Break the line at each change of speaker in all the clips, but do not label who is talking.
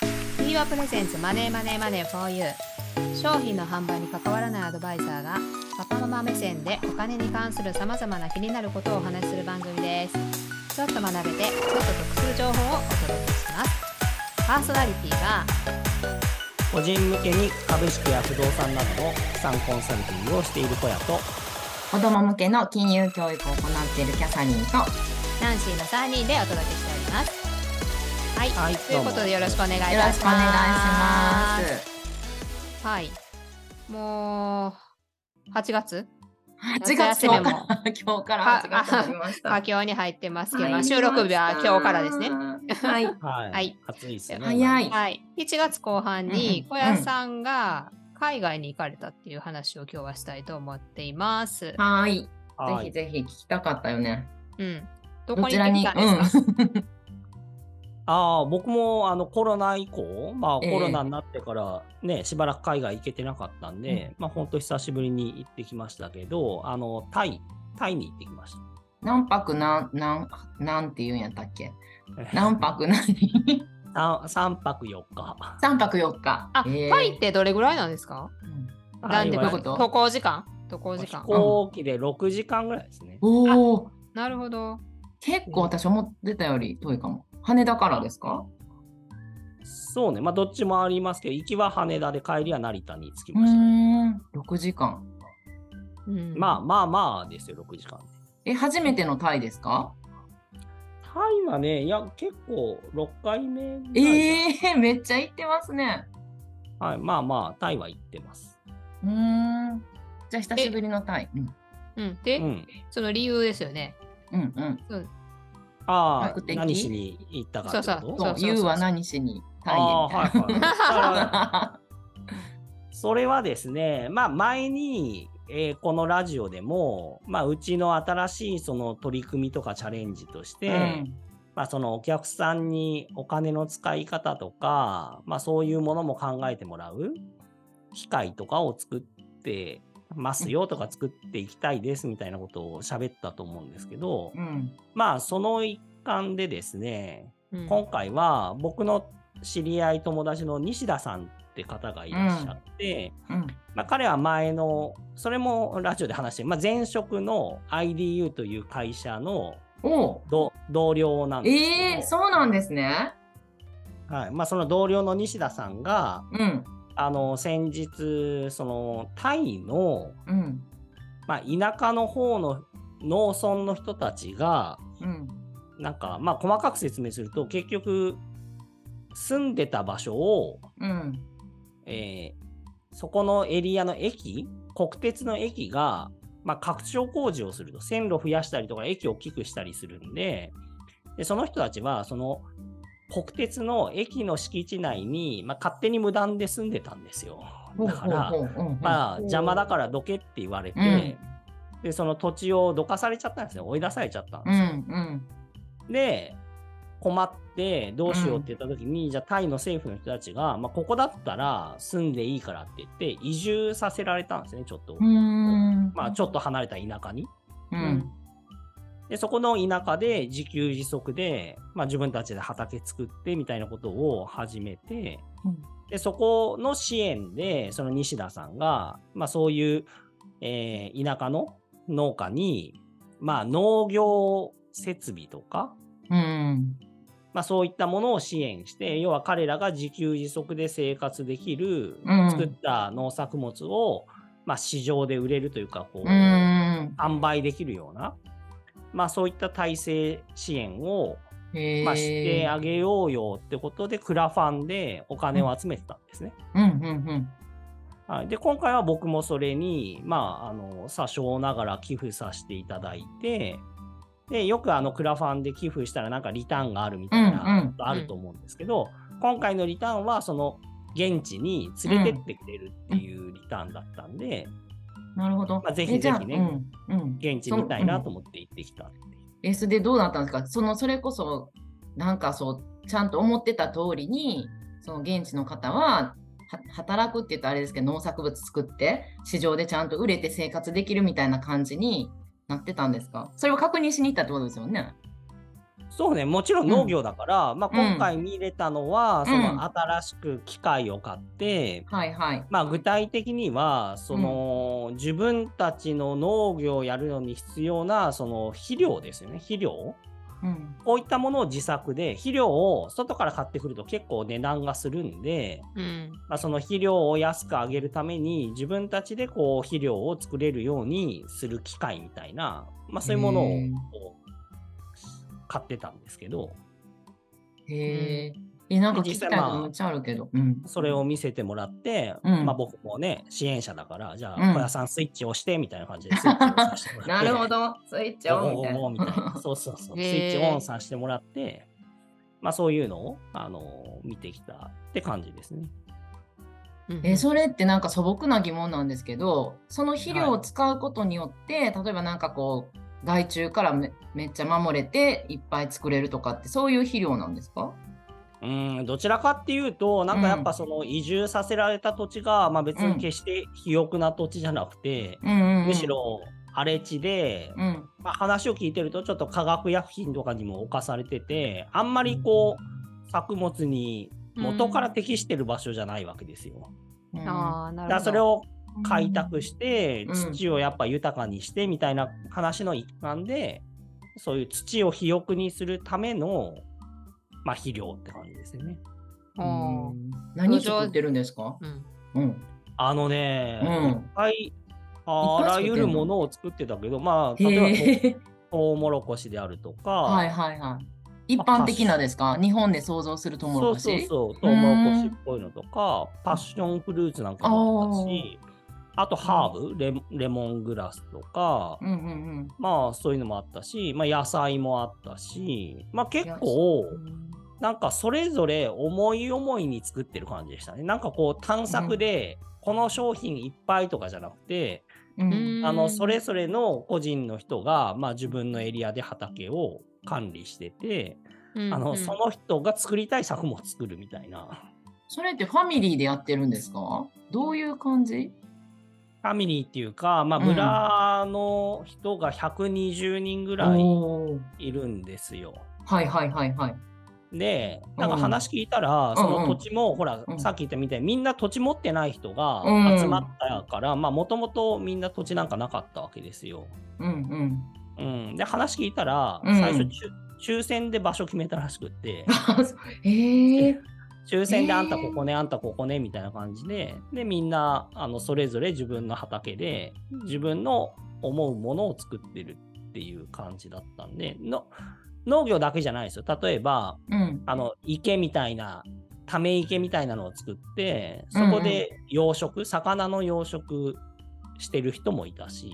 ーワプレゼンツマネーマネーマネー 4U 商品の販売に関わらないアドバイザーがパパママ目線でお金に関するさまざまな気になることをお話しする番組ですちょっと学べてちょっと得する情報をお届けしますパーソナリティが
個人向けに株式や不動産などの資産コンサルティングをしている小屋と
子供向けの金融教育を行っているキャサリンと
ナンシーの3人でお届けしておりますはい、
はい
ということでよろしくお願いいたし
よ
ます
ろしくお願いします。
はいもう8月
8
夏
月
休み
今
も
日から今日から8月になりました。
佳境に入ってますけど、まあ収録日は今日からですね
はい。
はい、
はい
暑いですね
早い。
はい、1月後半に小
うんう
屋
ん
さんが海外に行かれたっていう話を今日はしたいと思っています。
はい。
は
ぜひ
い
ぜひ聞きたかったよね。
うん、どこ
ど
に
ち
行って
ら
き
に
たんですか、
ああ僕もあのコロナ以降、まあ、
ええ
コロナになってから、ねしばらく海外行けてなかったんで、まあ、本当久しぶりに行ってきましたけどあのタイタイに行ってきました。
何泊なんなんなんて言うんやったっけ？
三
何泊何？
3泊4日。
三泊四日。
あ、
えー
タイってどれぐらいなんですか
うん
なんで
どういうこと
渡航時間渡航時
飛
間。
行機で6時間ぐらいですね。
おお。
なるほど。
結構私思ってたより遠いかも。羽田からですか？
そうね、まあどっちもありますけど、行きは羽田で帰りは成田に着き
うー
ましたね。
ん。六時間。
うん
まあまあまあですよ、6時間。
え初めてのタイですか？
タイはね、いや、結構6回目ぐらいだ
ええー、めっちゃ行ってますね。
はい、まあまあ、タイは行ってます。
うーん。じゃあ久しぶりのタイ。うん
うん、
う
で、
ん。
その理由ですよね。
うんうん。
ああ
比較、的
何しに行ったかってこと
そうそう
そう、
そう
ゆうは何しにタイへ
あ
み
あ
たい
ー、はいはい。だから
な。
それはですね、まあ前に、えーこのラジオでも、まあうちの新しいその取り組みとかチャレンジと して、まあ、そのお客さんにお金の使い方とか、まあ、そういうものも考えてもらう機会とかを作ってますよとか作っていきたいですみたいなことを喋ったと思うんですけど、
うん。うん。
まあその一環でですね、
うん
今回は僕の知り合い友達の西田さんって方がいらっしゃって、
うん。
まあ、彼は前の、それもラジオで話して、まあ、前職の IDU という会社の
おう
同同僚なんですけど。
ええそうなんですね。
はいまあ、その同僚の西田さんが
うん。
あの先日そのタイの、
うん。
まあ、田舎の方の農村の人たちが
うん。
なんか、まあ、細かく説明すると結局住んでた場所を、
うん。
えーそこのエリアの駅国鉄の駅が、まあ、拡張工事をすると線路増やしたりとか駅を大きくしたりするんででその人たちはその国鉄の駅の敷地内に、まあ、勝手に無断で住んでたんですよだから
ほうほうほううん
まあ邪魔だからどけって言われて、でその土地をどかされちゃったんですよ追い出されちゃったん
う
です
んう
よ、
ん。
で困ってどうしようって言った時に、じゃあタイの政府の人たちが、まあ、ここだったら住んでいいからって言って移住させられたんですねちょっと、
うーん。
まあちょっと離れた田舎に
うん。
でそこの田舎で自給自足で、まあ、自分たちで畑作ってみたいなことを始めて、
うん
でそこの支援でその西田さんが、まあ、そういう、えー田舎の農家に、まあ、農業設備とか、
うん。
まあ、そういったものを支援して要は彼らが自給自足で生活できる
うん
作った農作物を、まあ、市場で売れるというかこう、
うん。
販売できるような、まあ、そういった体制支援を、
へえ
まあ、してあげようよってことで、クラファンでお金を集めてたんですね。
うんうん
はい、で今回は僕もそれに、まあ、あの詐称ながら寄付させていただいてでよくあのクラファンで寄付したらなんかリターンがあるみたい
うんうん
なことあると思うんですけど、今回のリターンはその現地に連れてってくれるっていうリターンだったんで、
うん。なるほど。
まあぜひ
えじゃあ
ぜひね
うん。うん。
現地見たいなと思って行ってきたっていう。
えそれでどうなったんですかそのそれこそなんかそうちゃんと思ってた通りにその現地の方はは働くって言ったらあれですけど農作物作って市場でちゃんと売れて生活できるみたいな感じになってたんですかそれを確認しに行ったってことですよね。
そうね、もちろん農業だから、まあ、
うん
今回見入れたのは、そ
うん
の新しく機械を買って、
はいはい。
まあ、具体的にはその、自分たちの農業をやるのに必要なその肥料ですよね肥料
うん。
こういったものを自作で肥料を外から買ってくると結構値段がするんで、
うん。
まあ、その肥料を安く上げるために自分たちでこう肥料を作れるようにする機械みたいな、まあ、そういうものを
へー
こう買ってたんですけど
へえ。え、なんか聞きたいことめっちゃあるけど。うん。
それを見せてもらって、
うん
まあ、僕もね支援者だからじゃ
うん
あ小屋さんスイッチ押してみたいな感じでスイッチを押してもらって。
なるほど。スイッチオンみたい
おーおーおーみたい
な。
な。そうそうそう。スイ
へー
ッチオンさせてもらって、まあそういうのを、あのー見てきたって感じですね。
うん
えそれってなんか素朴な疑問なんですけどその肥料を使うことによって、例えばなんかこう害虫からめめっちゃ守れていっぱい作れるとかってそういう肥料なんですか
うん、どちらかっていうと、なんかやっぱその移住させられた土地が、まあ別に決して肥沃な土地じゃなくて、
うんうんうん
むしろ荒れ地で、
うん
まあ、話を聞いてるとちょっと化学薬品とかにも侵されてて、あんまりこう、作物に元から適してる場所じゃないわけですよ。
うん
ああ、なるほ
だから
ど。
それを開拓して
うん
土をやっぱ豊かにしてみたいな話の一環で、そういう土を肥沃にするための、まあ、肥料って感じですよね。
う
おー
ん何作ってるんですか
うん。
うん
あのね、
うん
いっぱい
いっぱい
あ
作
ら
ってんの
ゆるものを作ってたけど、まあ、例えば
へえ
とトウモロコシであるとか、
はいはいはい一般的なですか日本で想像するトウモロコシ
そうそうそう、トウモロコシっぽいのとか、パッションフルーツなんかもあったし、あとハーブ、レレモングラスとか、
うんうん
まあそういうのもあったし、まあ、野菜もあったし、まあ、結構
うん
なんかそれぞれ思い思いに作ってる感じでしたね。なんかこう探索でこの商品いっぱいとかじゃなくて、
うんうん
うん
あのそれぞれの個人の人が、まあ、自分のエリアで畑を管理してて、
うん
あ
う
の
ん
その人が作りたい作物を作るみたいな。
それってファミリーでやってるんですかどういう感じ
ファミリーっていうか、まあ、
うん
村の人が120人ぐらい
おー
いるんですよ。
はいはいはいはい
で、なんか
うん
話聞いたら、そ
うん
の
うん
土地も、ほら、
うん
さっき言ったみたいに、みんな土地持ってない人が
うん
集まったから、まあ、もともとみんな土地なんかなかったわけですよ。
うんうん
うん。で、話聞いたら、
うん
最初、ちゅ抽選で場所決めたらしくって、
あそうへ え。
抽選であんたここね、あんたここね、みたいな感じで、で、みんな、あの、それぞれ自分の畑で、自分の思うものを作ってるっていう感じだったんで、の農業だけじゃないですよ。例えば、
うん。
あの池みたいなため池みたいなのを作ってそこで養殖、魚の養殖してる人もいたし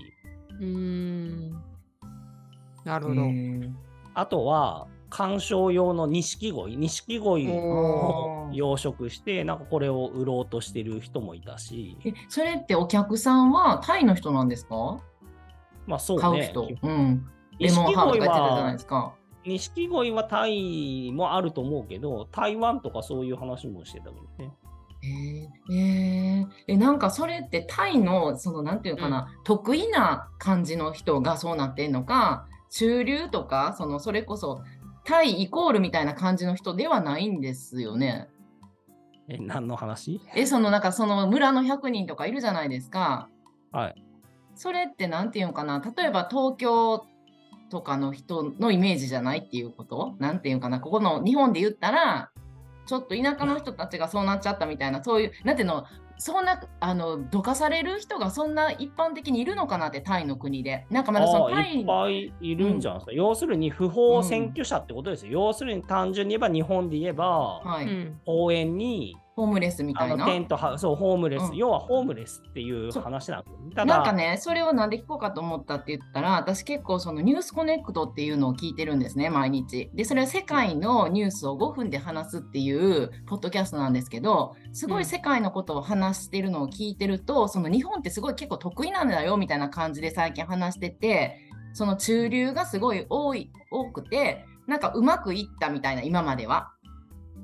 うーん。なるほど。
へ
あとは観賞用の錦鯉錦鯉
お
を
ー
養殖してなんかこれを売ろうとしてる人もいたし
ええそれってお客さんはタイの人なんですか
まあそう
買う
ね
人。うん。レモン
錦
ハーブ
鯉
とかやってたじゃない
は
ですか。
錦鯉はタイもあると思うけど台湾とかそういう話もしてたけどね。
へえへええなんかそれってタイのそのなんていうのかな、得意な感じの人がそうなってんのか中流とかそのそれこそタイイコールみたいな感じの人ではないんですよね。
え何の話
えそのなんかその村の100人とかいるじゃないですか。
はい。
それってなんていうのかな例えば東京とかの人のイメージじゃないっていうことなんていうのかなここの日本で言ったらちょっと田舎の人たちがそうなっちゃったみたいなそういうなんていうのそんなあのどかされる人がそんな一般的にいるのかなってタイの国でなんかまだその
あ
タ
あい
イ
っぱいいるんじゃないですか、要するに不法占拠者ってことですよ、要するに単純に言えば日本で言えば、
はい
うん
公園に
ホームレスみた
あ
い
の
な
テントはそうホームレス、
うん
要はホームレスっていう話なんですよただ
なんかねそれをなんで聞こうかと思ったって言ったら私結構そのニュースコネクトっていうのを聞いてるんですね毎日でそれは世界のニュースを5分で話すっていうポッドキャストなんですけどす
う
ご
ん
い世界のことを話してるのを聞いてると、その日本ってすごい結構得意なんだよみたいな感じで最近話しててその中流がすごい多い多くてなんかうまくいったみたいな今までは。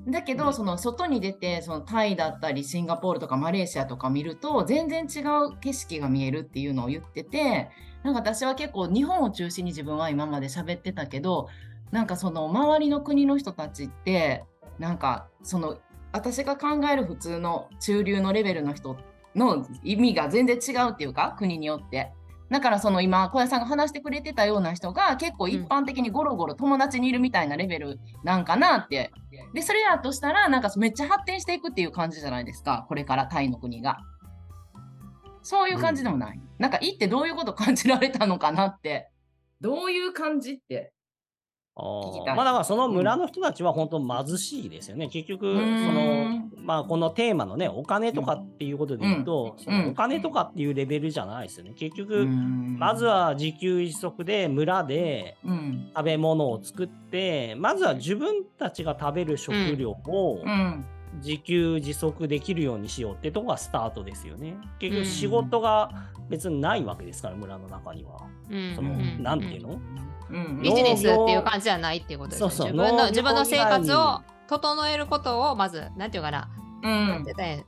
だけど、
うん
その外に出てそのタイだったりシンガポールとかマレーシアとか見ると全然違う景色が見えるっていうのを言っててなんか私は結構日本を中心に自分は今まで喋ってたけどなんかその周りの国の人たちってなんかその私が考える普通の中流のレベルの人の意味が全然違うっていうか国によってだからその今小屋さんが話してくれてたような人が結構一般的にゴロゴロ友達にいるみたいなレベルなんかなってでそれやとしたらなんかめっちゃ発展していくっていう感じじゃないですかこれからタイの国がそういう感じでもない、なんか「い」ってどういうこと感じられたのかなってどういう感じって
あ
聞
ーま
きた
あ
い
だからその村の人たちは本当貧しいですよね。結局その、まあ、このテーマのねお金とかっていうことで言うと、
うん
その
うん
お金とかっていうレベルじゃないですよね。結局、ま
ま
ず、は自給自足で村で
うん
食べ物を作ってまずは自分たちが食べる食料を
うん
自給自足できるようにしようってとこがスタートですよね。結
うん
局仕事が別にないわけですから村の中には。
うん
その
うん
なんていうの
うん
ビジネスっていう感じじゃないっていうことですよね
そうそう
自分の
農業以外に
自分の生活を整えることをまずなんていうかな、
うん
絶対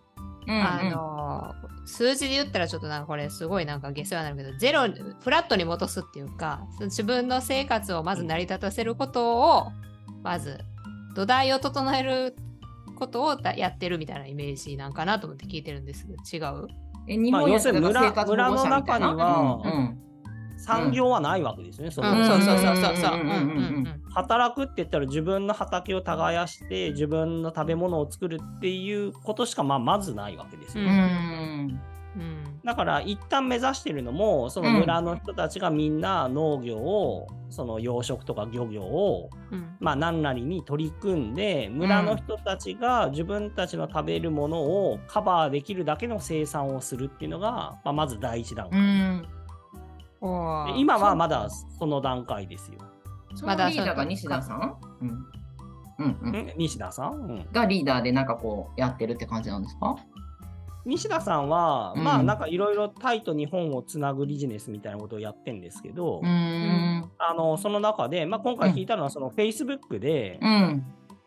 うん
あのー数字で言ったらちょっとなんかこれすごいなんか下世話になるけどゼロフラットに戻すっていうかその自分の生活をまず成り立たせることをまず土台を整えることをやってるみたいなイメージなんかなと思って聞いてるんですけど違う
え日
まあ
本やったら
要するに村
生活保護者みたいな
村の中には
うんうん
産業はないわけですよね。その
うんそうそうそうそうそう
うん
うん
うんうんうん
働くって言ったら自分の畑を耕して自分の食べ物を作るっていうことしかまあまずないわけですよね。
うん
うん
だから一旦目指してるのもその村の人たちがみんな農業を、その養殖とか漁業を、
うん
まあ、何なりに取り組んで村の人たちが自分たちの食べるものをカバーできるだけの生産をするっていうのが、まあ、まず第一段
う
階、
ん
おー
で今はまだその段階ですよ。
そ
ま
の
だ
リーダーが西田さん、うんうんうん、
ん西田さん、うん
がリーダーでなんかこうやってるって感じなんですか
西田さんは、
うん
まあなんかいろいろタイと日本をつなぐビジネスみたいなことをやってんですけど、
うーん
あのその中で、まあ、今回聞いたのはその Facebook で、
うん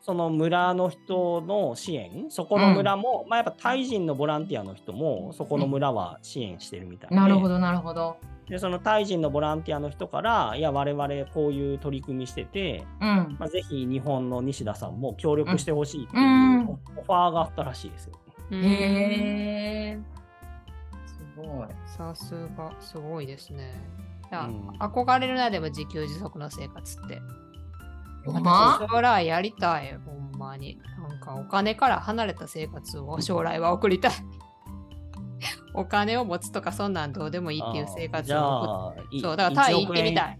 その村の人の支援そこの村も、まあ、やっぱタイ人のボランティアの人もそこの村は支援してるみたいで,、
なるほどなるほど
でそのタイ人のボランティアの人からいや我々こういう取り組みしてて、
うん
まあ、ぜひ日本の西田さんも協力してほしいっていう
うんうん
オファーがあったらしいですよ。
うん
へえすごい
さすがすごいですねいや、
うん
憧れるなでも自給自足の生活って
ほんま
私将来やりたい、ほんまに。なんかお金から離れた生活を将来は送りたい。 お金を持つとかそんなんどうでもいいっていう生
じ
活
ゃ
を送っ
あ
て。そう、だからタイ行ってみた
い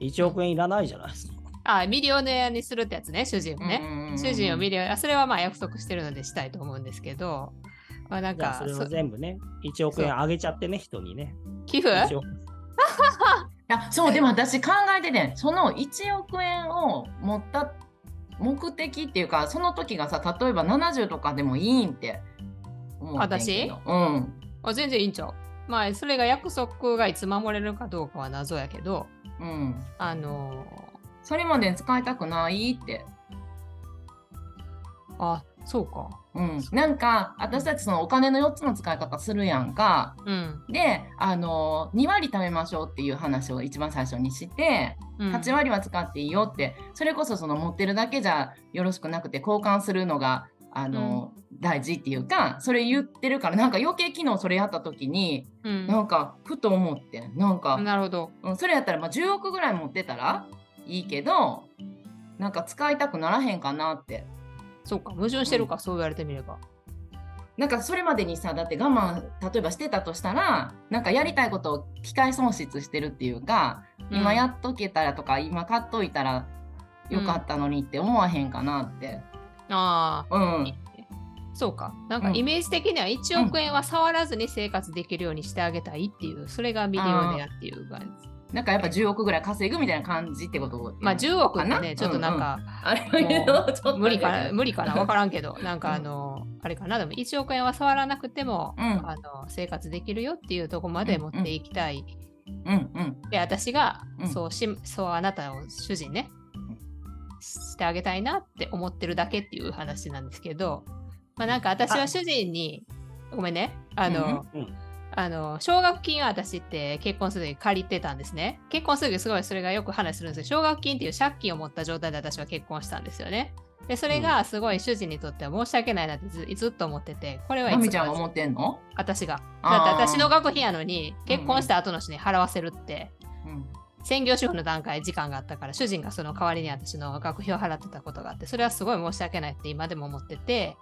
い。
1億円いらないじゃないですか。
あ、ミリオネアにするってやつね、主人をね。
ね
主人をミ
る
リオネア、それはまあ約束してるのでしたいと思うんですけど、まあ、なん
じゃあ
か
それ
そ
を全部ね、1億円あげちゃってね、人にね。
寄付
1億
あそうでも私考えてねその1億円を持った目的っていうかその時がさ例えば70とかでもいいんって思ってんけどうん
あ全然いいんちゃう。まあ、それが約束がいつ守れるかどうかは謎やけど、
うん
あの
それまでに使いたくないって。
ーあ、そうか。
うん、なんか私たちそのお金の4つの使い方するやんか
うん。
であの2割貯めましょうっていう話を一番最初にして
うん、
8割は使っていいよってそれこそその持ってるだけじゃよろしくなくて交換するのがあの、大事っていうかそれ言ってるからなんか余計昨日それやった時に
うん
なんかふと思ってなんか、
なるほど。
うん、それやったらまあ10億ぐらい持ってたらいいけどなんか使いたくならへんかなって
そうか、矛盾してるか、そう言われてみれば。
なんかそれまでにさだって我慢例えばしてたとしたらなんかやりたいことを機会損失してるっていうか、今やっとけたらとか今買っといたらよかったのにって思わへんかなって。
ああ、
うん、
そうか。なんか
うん
イメージ的には1億円は触らずに生活できるようにしてあげたいっていう、それがミリオネアっていう感じ。
なんかやっぱ10億ぐらい稼ぐみたいな感じってこと
まあ10億って
か
ね、
な
ちょっとなんか、
あれやけどちょっと
無理かな、無理かな、わからんけど、なん
う
か
ん
あの、あれかな、でも1億円は触らなくても、
うん
あの生活できるよっていうとこまで持っていきたい。
うんうん
で、私が、
うん
そうし、そうあなたを主人ね、してあげたいなって思ってるだけっていう話なんですけど、まあなんか私は主人に、ごめんね、あの、
うん
あの奨学金は私って結婚する時借りてたんですね結婚する時すごいそれがよく話するんですけど奨学金っていう借金を持った状態で私は結婚したんですよねでそれがすごい主人にとっては申し訳ないなってずずっと思っててこれはい
まみ
つ
ちゃんが思
か
ってんの、
私がだ
あー
って私の学費やのに結婚した後の人に払わせるって
うん、
専業主婦の段階時間があったから主人がその代わりに私の学費を払ってたことがあってそれはすごい申し訳ないって今でも思ってて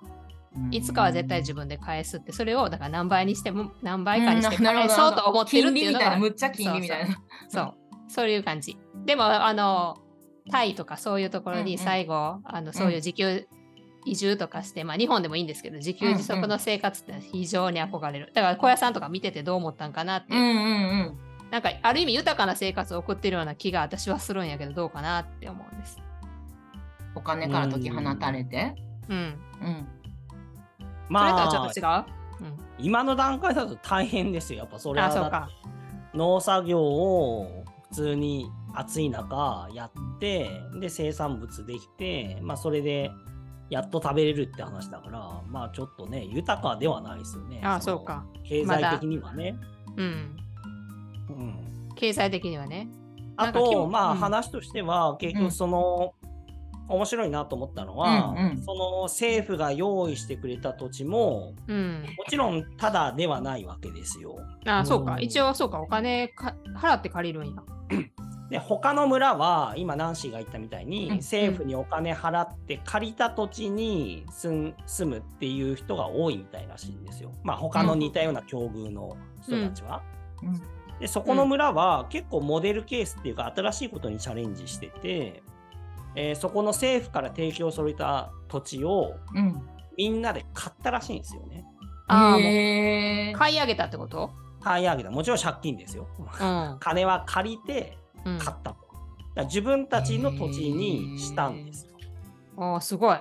いつかは絶対自分で返すってそれをだから何倍にしても何倍かにして
んなるほ
返
ど
そうと思ってるってい
金利
う
み
の
たい
が
なむっちゃ金利みたいな
そうそういう感じでもあのタイとかそういうところに最後、あのそういう自給移住とかして、まあ日本でもいいんですけど自給自足の生活って非常に憧れるだから小屋さんとか見ててどう思ったんかなって、
うんうんうん
なんかある意味豊かな生活を送ってるような気が私はするんやけどどうかなって思うんです
お金から解き放たれて
うん
うん
それとはちょ
ま
っ
あ
と違う、
今の段階だと大変ですよやっぱそれ
あ
は
あそう
だっ
か
て農作業を普通に暑い中やってで生産物できてまあそれでやっと食べれるって話だからまあちょっとね豊かではないですよね
ああ
の
そうか
経
まだ
済的にはね、
うん
うん、
経済的にはねな
あ
んか今
と、
日
ま
う
あ
ん
話としては、結
うん
局その、面白いなと思ったのは、
うんうん
その政府が用意してくれた土地も、
うん
もちろんただではないわけですよ。
ああそうか、
うん
一応そうかお金か払って借りるんや
で、他の村は、今ナンシーが言ったみたいに、
うん
政府にお金払って借りた土地に住ん住むっていう人が多いみたいらしいんですよ。まあ他の似たような境遇の人たちは。
うんうん
でそこの村は結構モデルケースっていうか新しいことにチャレンジしてて、えーそこの政府から提供された土地を
うん
みんなで買ったらしいんですよね。
ああもう
へえ
買い上げたってこと
買い上げた。もちろん借金ですよ。
うん
金は借りて
うん
買ったと。だから自分たちの土地にしたんですよ。
あーすごい。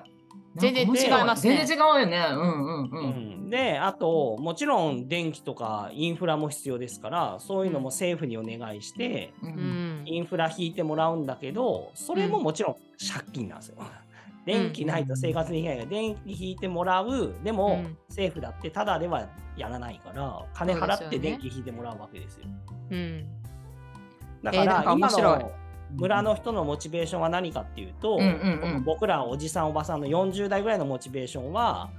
全然
違い
ますね
全然違うよねうんうんう
うんん、であともちろん電気とかインフラも必要ですからそういうのも政府にお願いして、
う
うんん。
インフラ引いてもらうんだけどそれももちろん借金なんですよ。 電気ないと生活できないから電気引いてもらうで
う
も
ん
政府だってただではやらないから金払
そう
っ
です
て
よね
電気引いてもらうわけですよ。
うん。
だ
え
か
ーなん
ら
か面
今
白い
の村の人のモチベーションは何かっていうと、
うんうんうん
僕らおじさんおばさんの40代ぐらいのモチベーションは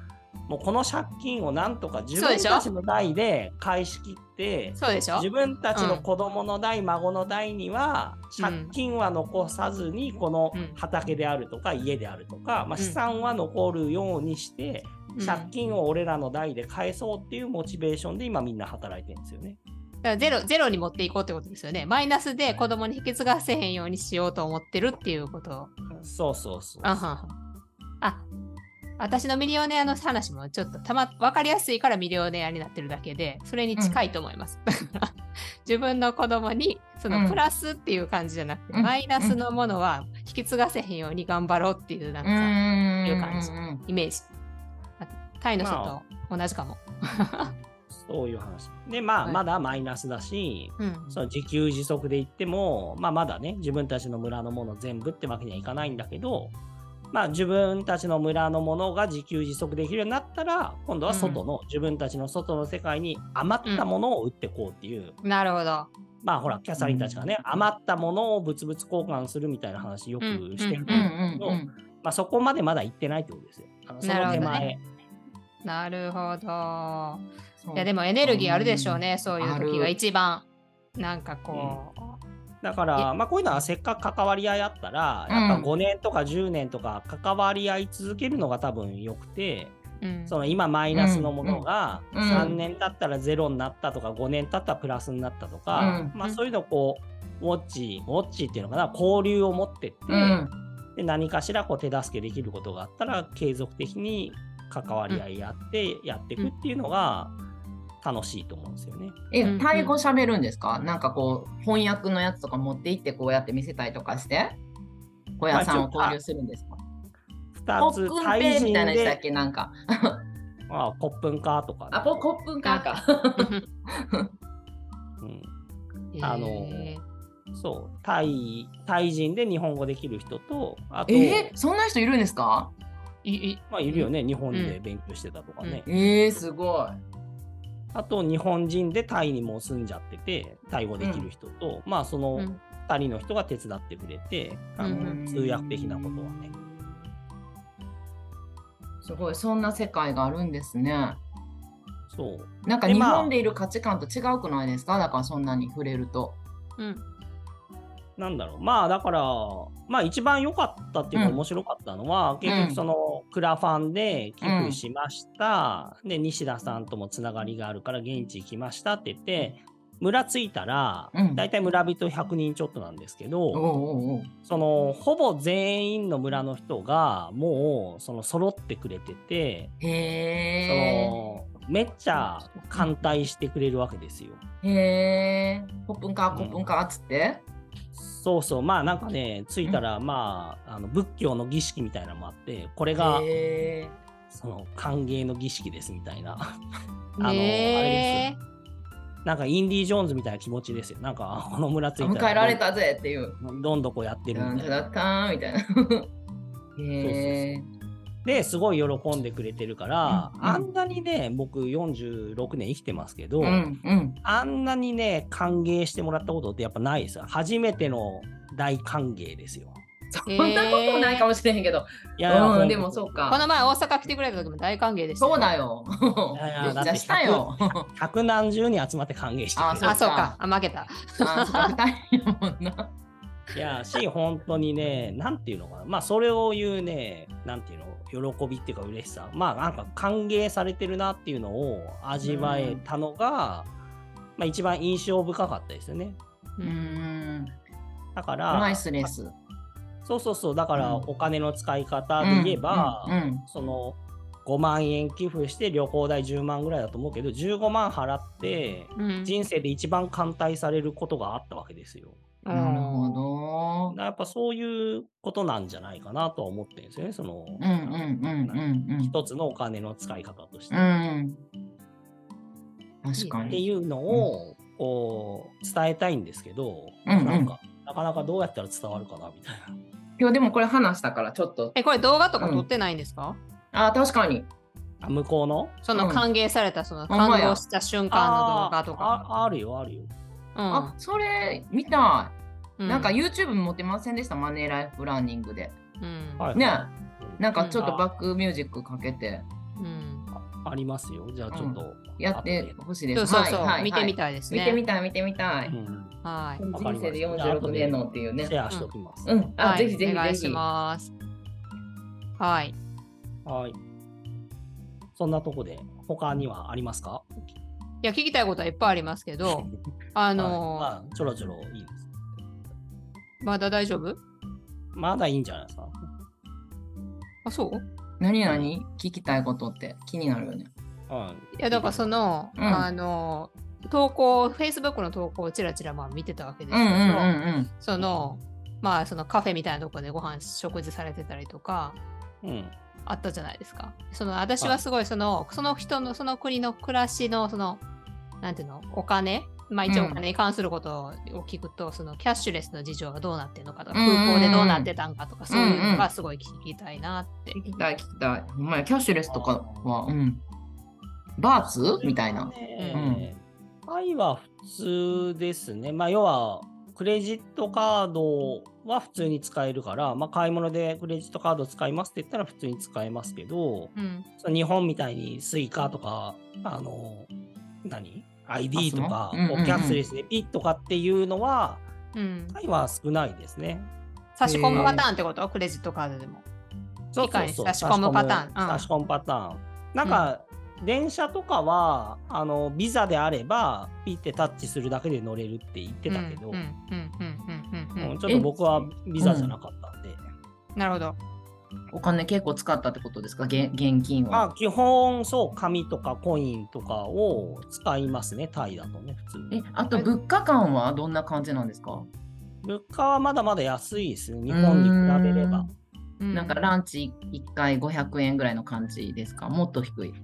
もうこの借金をなんとか自
そうで
分
しょ
たちの代で返し切って
そうでしょ
自分たち
う
の
ん
子供の代、孫の代には
うん
借金は残さずにこの
うん
畑であるとか家であるとか、ま
ん
あ、資産は残るようにして、
うん
借金を俺らの代で返そうっていうモチベーションで今みんな働いてるんですよね。
だからゼロゼロに持っていこうってことですよね。マイナスで子供に引き継がせへんようにしようと思ってるっていうこと。
そうそうそう。
あはは。あ私のミリオネアの話もちょっとたま分かりやすいからミリオネアになってるだけでそれに近いと思います。だから 自分の子供にそうの
ん
プラスっていう感じじゃなくて、
うん
マイナスのものは引き継がせへんように頑張ろうっていうなん
う
か、
ん
いう感じ
うん
イメージ。あタイの人と同じかも。
そういう話。で、まあ、
はい
まだマイナスだし、
うん
その自給自足で言っても、まあ、まだね、自分たちの村のもの全部ってわけにはいかないんだけど、まあ、自分たちの村のものが自給自足できるようになったら、今度は外の、自分たちの外の世界に余ったものを売ってこうっていう、
なるほど。
まあ、ほら、キャサリンたちがね、余ったものを物々交換するみたいな話よくしてると
うん
思うんですけ
う
ど、
んう
ま
ん
あ、そこまでまだ行ってないってことですよ。あのその
なるほ
手
ど
前。
ねなるほど。
そう
いやでもエネルギーあるでしょうね、そういう
ある
時が一番。なんかこう、
だか
いや
ら、まあ、こういうのはせっかく関わり合いあったら、やっぱ
うん
5年とか10年とか関わり合い続けるのが多分よくて、
うん
その今マイナスのものが
うんうん
3年経ったらゼロになったとか5年経ったらプラスになったとか、
うん
まあ、そういうのをこうウォッチウォッチっていうのかな交流を持ってって、
うん
で何かしらこう手助けできることがあったら継続的に関わり合いやってやっていくっていうのが楽しいと思うんですよね。
え、
うん
タイ語喋るんですか、なんかこう翻訳のやつとか持って行ってこうやって見せたりとかして小屋さんを交流するんですか、
2
ポッ
つ
プン
対
ペイみ
人
たいなやつだっ
で
けなんか
ああポップンカーとかね、
あポコップンか
うん
うん
あの
へ
そう、タイ、タイ人で日本語できる人と、あと、
えー、そんな人いるんですか
ーいい
まあ、いるよね、日本で勉強してたとかね。
えー、すごい
あと日本人でタイにもう住んじゃっててタイ語できる人と、まあその
うん
2人の人が手伝ってくれて、あの
うん
通訳的なことはね
すごいそんな世界があるんですね。
そう
なんか
で
日
まあ
本でいる価値観と違うくないですかだからそんなに触れると。
うん
なんだろうまあだからまあ一番良かったっていうか
うん
面白かったのは、結局そのクラファンで寄付しました、で西田さんともつながりがあるから現地行きましたって言って村着いたら、
うん
大体村人100人ちょっとなんですけど、
おうおうおう
そのほぼ全員の村の人がもうその揃ってくれてて、そ
へ
のめっちゃ歓待してくれるわけですよ。
え。へえ。コップンカーコップンカーっつって。
そうそうまあなんかね着いたら、まああの仏教の儀式みたいなのもあってこれが
へえ。
その歓迎の儀式ですみたいな の
ねえ
なんかインディ・ジョーンズみたいな気持ちですよなんかあこの村着いたら
迎えられたぜっていう。
どんどんこうやってる
なん
みた
と
いな
だったーみたいな。へえ。
ですごい喜んでくれてるから、
うん
あんなにね僕46年生きてますけど、
うんうん。
あんなにね歓迎してもらったことってやっぱないですよ初めての大歓迎ですよ
そんなことないかもしれへんけど。
いやいや
う
本当
ん、でもそう
こ
か。
の前大阪来てくれた時も大歓迎でした
そうだ
よ
い
よ。
やいや
めっちゃしたよ。
百何十人集まって歓迎してくれる
あそう
あそうかあ負けた
あそっか二人やもんな。
いやし本当にねなんていうのかなまあそれを言うねなんていうの喜びっていうか嬉しさまあなんか歓迎されてるなっていうのを味わえたのが、まあ、一番印象深かったですよね
うーん。
だから
ナイスレス。
そうそうそうだから
うん
お金の使い方で言えば、
うんうん
その5万円寄付して旅行代10万ぐらいだと思うけど15万払って
うん
人生で一番歓待されることがあったわけですよ。
うんなるほ
だか
ど。
らやっぱそういうことなんじゃないかなとは思ってるんですよね。その、
うんうんうんうん
一つのお金の使い方として。
うん。う
っ
ん。確か
て
に。
いうのを、こう、伝えたいんですけど、
うんうん
なんか、なかなかどうやったら伝わるかな、みたいな。
今日でもこれ話したからちょっと。
えこれ動画とか撮ってないんですか、
あー確かに。
あ向こうの
その歓迎されたその
ほん
感
まや
動した瞬間の動画とか、
あああるよ、あるよ。
あそれ見た
う
い。
ん
なんか YouTube 持ってませんでしたマネーライフプランニングで。
うん
はい、
ね
な
なんかちょっとバックミュージックかけて
うん
ありますよ。じゃあちょっと。
やってほしいで
そう
す。
そうそう、見てみ
た
たいです
い。
ね
見てみたい見てみた
後
い
で。。うん
はい
人
わかりま
生
した
で
じゃあ後で
46年のっていうね
シ。ェアしておきます。
うん。あ、
はい
ぜひぜひぜひ。
お願いしますはい
はい。そんなとこで、他にはありますか
いや聞きたいことはいっぱいありますけ どあのー
はいまあ、ちょろちょろいいです。
まだ大丈夫
まだいいんじゃないですか。
あそう
何何聞きたいことって気になるよね。
はい。
いやだからその、
うん
あの投稿 Facebook の投稿をちらちらまあ見てたわけです
う
け
んう
ど、
んうん
そのまあそのカフェみたいなとこでご飯食事されてたりとか
うん。
あったじゃないですかその私はすごいその、その人のその国の暮らしのそのなんていうのお金まあ一応
う
お
ん
金に関することを聞くと、そのキャッシュレスの事情がどうなってるのかとか、
うんうんうん
空港でどうなってたんかとかそういうの
うんう
が
ん
すごい聞きたいなって、
うん。聞きたい聞きたい。お前キャッシュレスとかは、うん。バーツみたいな。
ねタイは普通ですね。まあ、要は、クレジットカードは普通に使えるから、まあ、買い物でクレジットカード使いますって言ったら普通に使えますけど、
うん
その日本みたいにスイカとか、あの、何 ?ID とか、
あそううんうんうん
こうキャッシュレスでピッとかっていうのは、
うん、
タイは少ないですね。
差し込むパターンってことクレジットカードでも。
そ
機
うそう
械に
そう
差し込むパターンうん
差し込むパターン。なんか、電車とかはあのビザであればピッてタッチするだけで乗れるって言ってたけど、
うんうんうんうんうんうん
うんちょっと僕はビザじゃなかったんで、
なるほど。
お金結構使ったってことですか現現金
まあ
は。
基本そう紙とかコインとかを使いますねタイだとね普通
え
に。、
あと物価感はどんな感じなんですか
物価はまだまだ安いですね日本に比べれば。。
うん
なんかランチ1回500円ぐらいの感じですかもっと低い。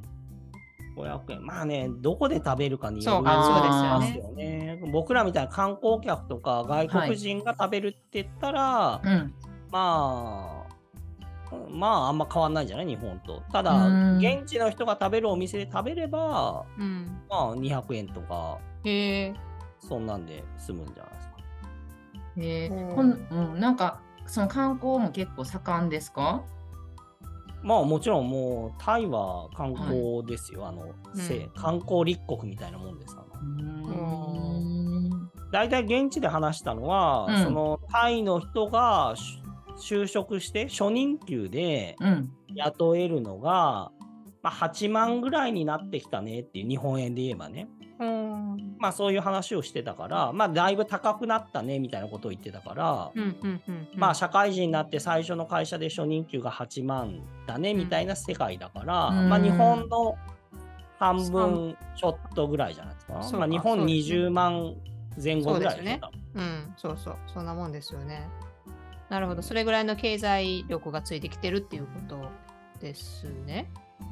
500円まあねどこで食べるかによ
そう
り
か
そう
です
よね僕らみたいな観光客とか外国人が食べるって言ったら、
うん。
まあ、まああんま変わんないじゃない日本とただ
うん
現地の人が食べるお店で食べれば
うん。
まあ200円とか
へえ。
そんなんで済むんじゃないですか
へえ
うん
こんうん、なんかその観光も結構盛んですか
まあもちろんもうタイは観光ですよ、あの、
うん
せ観光立国みたいなもんですから
うーん
大体現地で話したのは、
うん
そのタイの人がし就職して初任給で
うん
雇えるのが、まあ、8万ぐらいになってきたねっていう日本円で言えばね、
うん。
まあ、そういう話をしてたから、まあ、だいぶ高くなったねみたいなことを言ってたから、
うんうんうん。
まあ、社会人になって最初の会社で初任給が8万だねみたいな世界だから、
うん
まあ、日本の半分ちょっとぐらいじゃないですか。
そうか
まあ、日本
そうですね
20万前後ぐらいでしょ、多
う
分
ん、そうそう、そんなもんですよね。なるほど、それぐらいの経済力がついてきてるっていうことですね。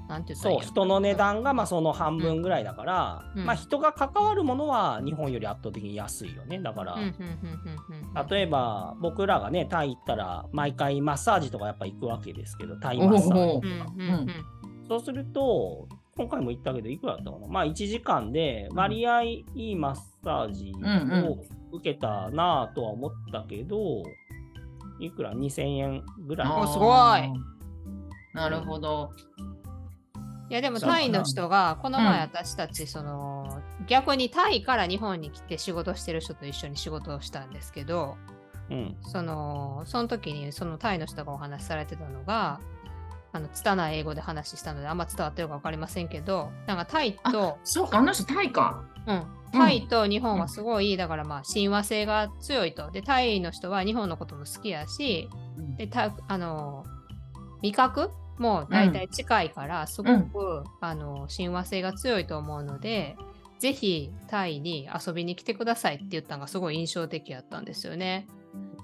なんて言ったらいいん
そう
やろ
人の値段がまあその半分ぐらいだから、
うん
まあ、人が関わるものは日本より圧倒的に安いよねだから、
うんうんうんうんうん
例えば僕らがねタイ行ったら毎回マッサージとかやっぱ行くわけですけどタイマッサージ
お
う
お
んうんうん
そうすると今回も言ったけどいくらだったかなまあ1時間で割合いいマッサージを受けたなぁとは思ったけど、いくら2000円ぐらい
あー
すご
なるほど
いやでも
そうか
タ
な
イの人がこの
うん
前私たちその、逆にタイから日本に来て仕事してる人と一緒に仕事をしたんですけど
うん
そのその時にそのタイの人がお話しされてたのがあの拙い英語で話したのであんま伝わってるか分かりませんけどなんかタイと
そうかあの人タイか
うん、タイと日本はすごい、だからまあ親和性が強いとでタイの人は日本のことも好きやし
うん
でたあの味覚も大体近いからすごく、あの親和性が強いと思うのでぜひタイに遊びに来てくださいって言ったのがすごい印象的やったんですよね。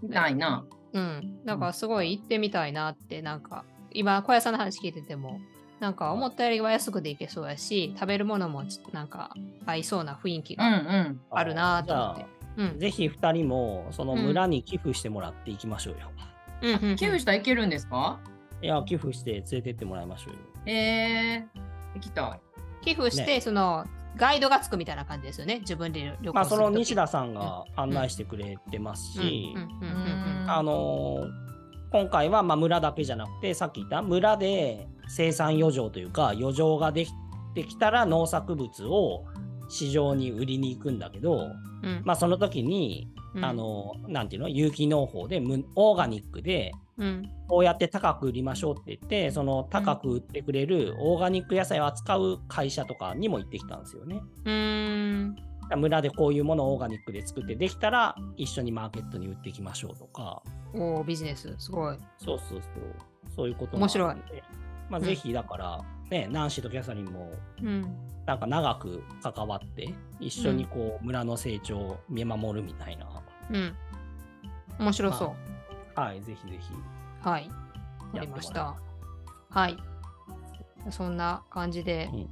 みたいな
うん、なんかすごい行ってみたいなってなんか今小屋さんの話聞いててもなんか思ったよりは安くで行けそうやし食べるものもちなんか合いそうな雰囲気
うんう
が、
ん
あるなぁと思って
じゃあ
うん、
ぜひ2人もその村に寄付してもらっていきましょうよ。
うんうんうん
寄付したらいけるんですか
いや、寄付して連れてってもらいましょうよ。
えー、行きた
寄付して、
ね
そのガイドがつくみたいな感じですよね自分で旅行する時
まあ、その西田さんが案内してくれてますし
う、んうん
い
うんうん
あのー今回はまあ村だけじゃなくて、さっき言った村で生産余剰というか、余剰ができてきたら農作物を市場に売りに行くんだけど、
うん
まあ、その時に、
うん
あのーなんていうの、有機農法で、むオーガニックで、
うん
こうやって高く売りましょうって言って、その高く売ってくれるオーガニック野菜を扱う会社とかにも行ってきたんですよね。
うーん
村でこういうものをオーガニックで作ってできたら一緒にマーケットに売っていきましょうとか
おービジネスすごい
そうそうそうそういうこと
面白い
い、まあ、
うん
ぜひだから、ねナンシーとキャサリンも
うん
なんか長く関わって一緒にこう村の成長を見守るみたいな、
うん面白そう、
はいぜひぜひ
はいわかりましたはいそんな感じで
うん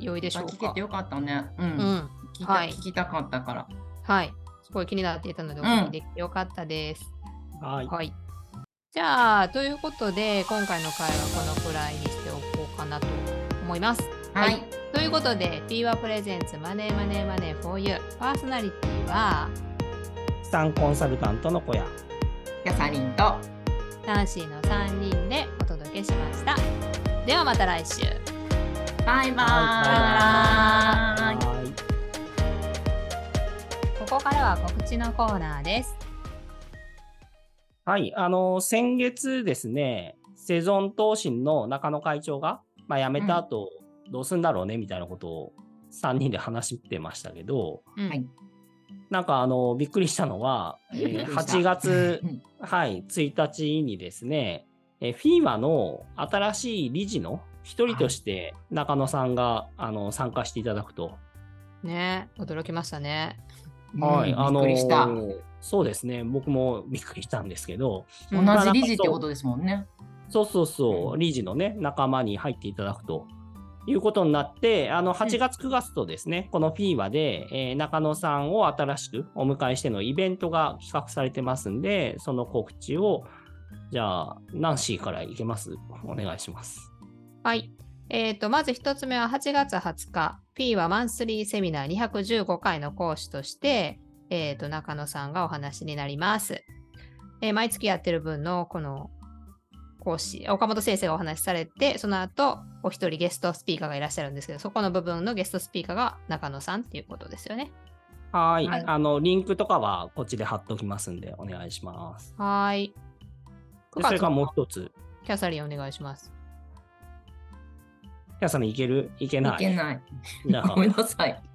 良いでしょう
聞け
か
てよかったねう、
うんん
聞いた
はい
聞きたかったから
はいすごい気になっていたのでお聞きできてよかったです、
はい、
はい。じゃあ、ということで、今回の会話はこのくらいにしておこうかなと思います。
はい、
ということで、P1 プレゼンツマネーマネーマネー 4U パーソナリティは、
資産コンサルタントの小屋
キャサリンと
ナンシーの3人でお届けしました。ではまた来週。
バイバ
はい
ーイ
はい
ここからは告知のコーナーです。
はい、あの先月ですね、セゾン投信の中野会長が、まあ、辞めた後、どうすんだろうねみたいなことを3人で話してましたけど、
うん
はい
なんかあのびっくりしたのは、え
びっ
ー
くりした
8月
う、ん
はい、1日にですね、えー、FIMA の新しい理事の一人として中野さんが、あの参加していただくと。
ね驚きましたね。
うん
あ
びっ
の
くりした、
そうですね、僕も びっくりしたんですけど、
うん
同じ理事ってことですもんね。
そうそうそうう、理事のね、仲間に入っていただくということになって、あの8月、9月とですね、この FIWA で、えー中野さんを新しくお迎えしてのイベントが企画されてますんで、その告知をじゃあ、ナンシーからいけますお願いします。
はい。えー、とまず1つ目は8月20日 P はマンスリーセミナー215回の講師として、えー、と中野さんがお話になります、えー毎月やってる分のこの講師岡本先生がお話しされてその後お一人ゲストスピーカーがいらっしゃるんですけどそこの部分のゲストスピーカーが中野さんっていうことですよね。
はい
はい
あの、リンクとかはこっちで貼っておきますんで、お願いします。
はーい。9
でそれ
月
からもう
の
一つ。
キャサリンお願いします。
キャサリンいけるいけ
い
ない。
けない。
じゃあ
ごめんなさい。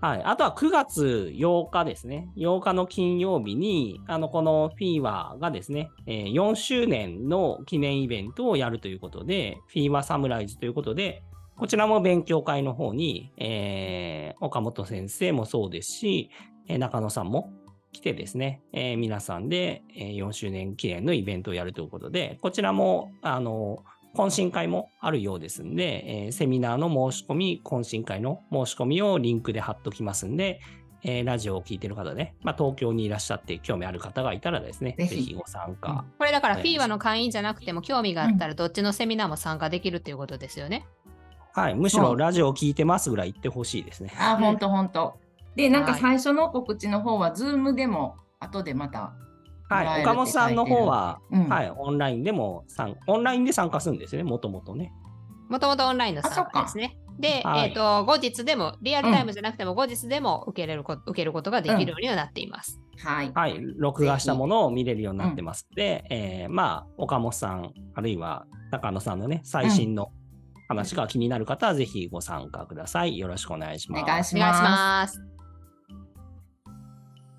はい、あとは9月8日ですね、8日の金曜日に、あのこのフィーバーがですね、えー4周年の記念イベントをやるということで、フィーバーサムライズということで、こちらも勉強会の方に、えー岡本先生もそうですし、えー中野さんも来てですね、えー皆さんで、えー4周年記念のイベントをやるということで、こちらも、あの懇親会もあるようですんで、えーセミナーの申し込み、懇親会の申し込みをリンクで貼っときますんで、えーラジオを聞いてる方ね、まあ、東京にいらっしゃって興味ある方がいたらですね、ぜ
ぜひ
ひご参加。
これだから
お願いし
FIWA
ます
の会員じゃなくても興味があったらどっちのセミナーも参加できるっていうことですよね。
はい、むしろ
うん
ラジオを聞いてますぐらい言ってほしいですね。
あ、
うん
ほんとほんと。で、なんか
はい
最初の告知の方は、ズームでも、後でまた。もら
はい、
えるって
岡本さんの方は、
うん
はい、オンラインでも参、オンラインで参加するんですね、もともとね。
もともとオンラインの参加ですね。で、
はい
えっ、と、後日でも、リアルタイムじゃなくても後日でも受けれるこ、受けることができるようにはなっています。
はい。
はい、録画したものを見れるようになってますので、えーまあ、岡本さん、あるいは中野さんのね、最新の話が気になる方は、ぜひご参加ください。よろしくお願いし
お
ます。
願いし
お願いし
ま
ます。